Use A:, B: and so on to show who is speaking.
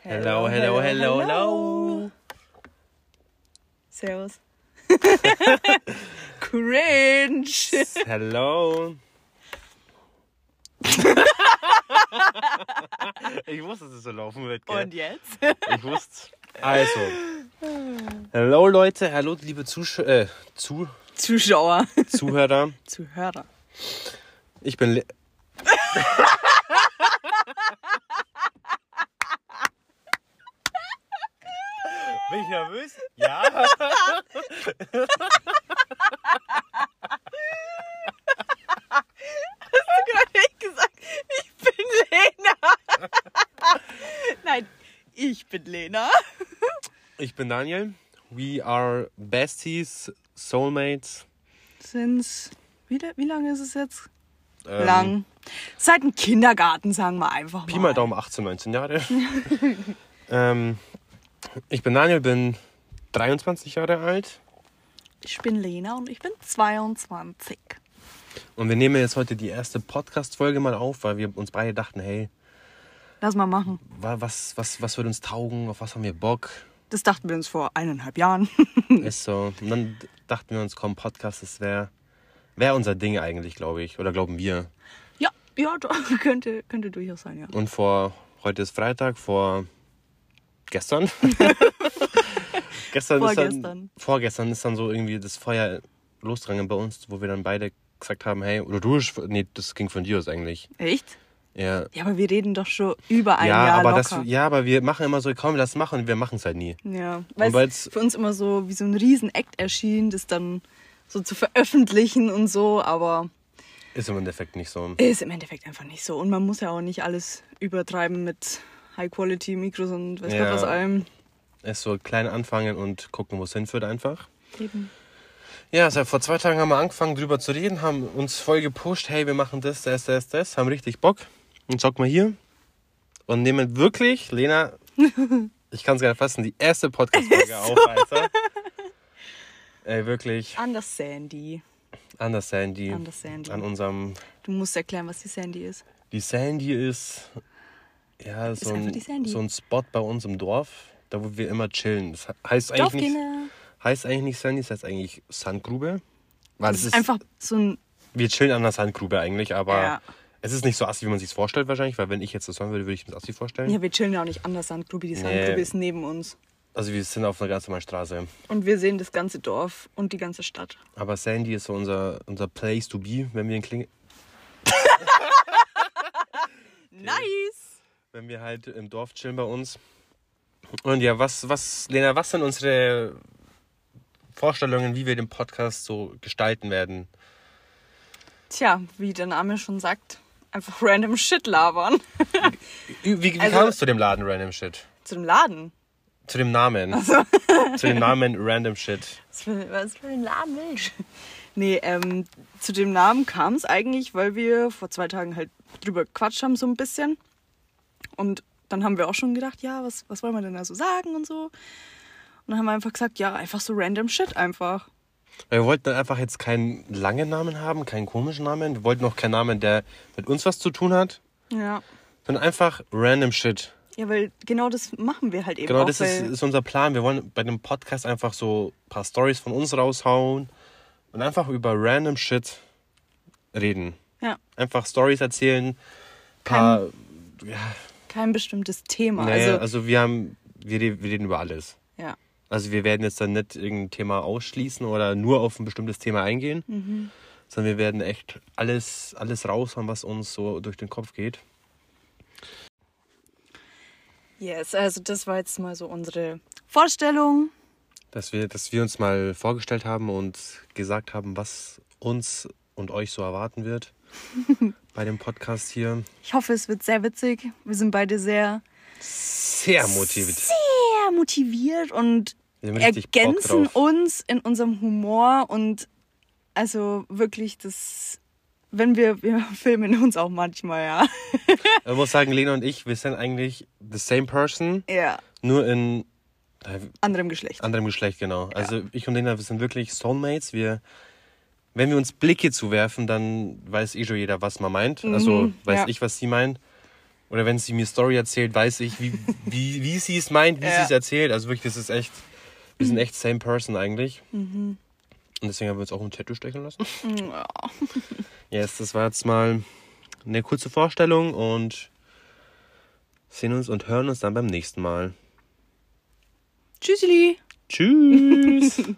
A: Hello, hello, hello, hello.
B: Servus. Cringe.
A: Hello. ich wusste, dass es so laufen wird, gell?
B: Und jetzt?
A: Ich wusste. Also. Hello, Leute. Hallo, liebe Zusch äh, Zu
B: Zuschauer.
A: Zuhörer.
B: Zuhörer.
A: Ich bin. Le bin ich nervös? Ja.
B: Hast du gerade nicht gesagt, ich bin Lena? Nein, ich bin Lena.
A: Ich bin Daniel. We are besties, soulmates.
B: Sind's. Wie, la- wie lange ist es jetzt?
A: Ähm,
B: Lang. Seit dem Kindergarten, sagen wir einfach mal.
A: Pi mal Daumen 18, 19 Jahre. ähm, ich bin Daniel, bin 23 Jahre alt.
B: Ich bin Lena und ich bin 22.
A: Und wir nehmen jetzt heute die erste Podcast-Folge mal auf, weil wir uns beide dachten, hey,
B: Lass mal machen.
A: wa- was, was, was würde uns taugen? Auf was haben wir Bock?
B: Das dachten wir uns vor eineinhalb Jahren.
A: Ist so. Und dann d- dachten wir uns, komm, Podcast, das wäre wär unser Ding eigentlich, glaube ich. Oder glauben wir.
B: ja, ja, doch, könnte, könnte durchaus sein, ja.
A: Und vor, heute ist Freitag, vor gestern. gestern ist dann,
B: Vorgestern.
A: vorgestern ist dann so irgendwie das Feuer losgegangen bei uns, wo wir dann beide gesagt haben, hey, oder du, hast- nee, das ging von dir aus eigentlich.
B: Echt?
A: Ja,
B: Ja, aber wir reden doch schon über ein
A: ja,
B: Jahr
A: aber das,
B: locker.
A: ja, aber wir machen immer so, komm, lass machen, und wir machen es halt nie.
B: Ja, weil
A: weil's-
B: es für uns immer so wie so ein Riesen-Act erschien, das dann so zu veröffentlichen und so, aber
A: Ist im Endeffekt nicht so.
B: ist im Endeffekt einfach nicht so. Und man muss ja auch nicht alles übertreiben mit High-Quality-Mikros und weiß
A: Ja.
B: Gott was allem.
A: Ist so klein anfangen und gucken, wo es hinführt einfach. Ja, also vor zwei Tagen haben wir angefangen drüber zu reden, haben uns voll gepusht, hey, wir machen das, das, das, das, haben richtig Bock. Und zocken wir hier und nehmen wirklich, Lena, ich kann es gar nicht fassen, die erste Podcast-Folge auf, Alter. Ey, wirklich,
B: Anders Sandy.
A: an der Sandy.
B: An der Sandy.
A: An unserem,
B: Du musst erklären, was die Sandy ist.
A: die Sandy ist, ja, so,
B: einfach die
A: ein,
B: Sandy.
A: so ein Spot bei uns im Dorf, da wo wir immer chillen. Das heißt eigentlich nicht,
B: Dorfkinder.
A: heißt eigentlich nicht Sandy, das heißt eigentlich Sandgrube. Weil
B: Das ist einfach so ein.
A: wir chillen an der Sandgrube eigentlich, aber
B: Ja.
A: es ist nicht so assi, wie man sich vorstellt wahrscheinlich, weil wenn ich jetzt das hören würde, würde ich mir das assi vorstellen.
B: Ja, wir chillen ja auch nicht an der Sandgrube. Die Sandgrube ist neben uns.
A: Also wir sind auf einer ganz normalen Straße.
B: Und wir sehen das ganze Dorf und die ganze Stadt.
A: Aber Sandy ist so unser, unser Place to be, wenn wir, in Kling
B: Nice!
A: wenn wir halt im Dorf chillen bei uns. Und ja, was, was, Lena, was sind unsere Vorstellungen, wie wir den Podcast so gestalten werden?
B: Tja, wie der Name schon sagt, einfach random Shit labern.
A: Wie, wie
B: Also-
A: kam es zu dem Laden Random Shit?
B: Zu dem Laden.
A: Zu dem Namen. Zu dem Namen Random Shit.
B: Was für, was für ein Laden, Mensch? Nee, ähm, zu dem Namen kam es eigentlich, weil wir vor zwei Tagen halt drüber gequatscht haben, so ein bisschen. Und dann haben wir auch schon gedacht, ja, was, was wollen wir denn da so sagen und so. Und dann haben wir einfach gesagt, ja, einfach so random Shit einfach.
A: Wir wollten dann einfach jetzt keinen langen Namen haben, keinen komischen Namen. Wir wollten auch keinen Namen, der mit uns was zu tun hat,
B: Ja.
A: sondern einfach random Shit.
B: Ja, weil genau das machen wir halt eben
A: Genau,
B: auch.
A: das ist,
B: weil-
A: ist unser Plan. Wir wollen bei dem Podcast einfach so ein paar Stories von uns raushauen und einfach über random Shit reden.
B: ja,
A: Einfach Stories erzählen, paar.
B: kein bestimmtes Thema.
A: nee, also,
B: also,
A: wir haben, wir, re- wir reden über alles.
B: ja.
A: Also wir werden jetzt dann nicht irgendein Thema ausschließen oder nur auf ein bestimmtes Thema eingehen,
B: Mhm.
A: sondern wir werden echt alles, alles raushauen, was uns so durch den Kopf geht.
B: Yes, also das war jetzt mal so unsere Vorstellung.
A: Dass wir, dass wir uns mal vorgestellt haben und gesagt haben, was uns und euch so erwarten wird bei dem Podcast hier.
B: Ich hoffe, es wird sehr witzig. Wir sind beide sehr
A: Sehr motiviert.
B: sehr motiviert und
A: Wir haben richtig Bock
B: ergänzen
A: drauf.
B: uns in unserem Humor und also wirklich das, wenn wir, wir filmen uns auch manchmal, ja.
A: Ich muss sagen, Lena und ich, wir sind eigentlich the same person,
B: Ja,
A: nur in
B: anderem Geschlecht.
A: anderem Geschlecht, genau. Also ich und Lena, wir sind wirklich Soulmates. Wir, wenn wir uns Blicke zuwerfen, dann weiß eh schon jeder, was man meint. Also weiß
B: Mhm. ja.
A: ich, was sie meint. Oder wenn sie mir Story erzählt, weiß ich, wie, wie, wie sie es meint, wie
B: Ja.
A: sie es erzählt. Also wirklich, das ist echt, wir sind echt same person eigentlich. Und deswegen haben wir uns auch ein Tattoo stechen lassen.
B: Mhm. Ja.
A: Yes, das war jetzt mal eine kurze Vorstellung und sehen uns und hören uns dann beim nächsten Mal.
B: Tschüssli.
A: Tschüss!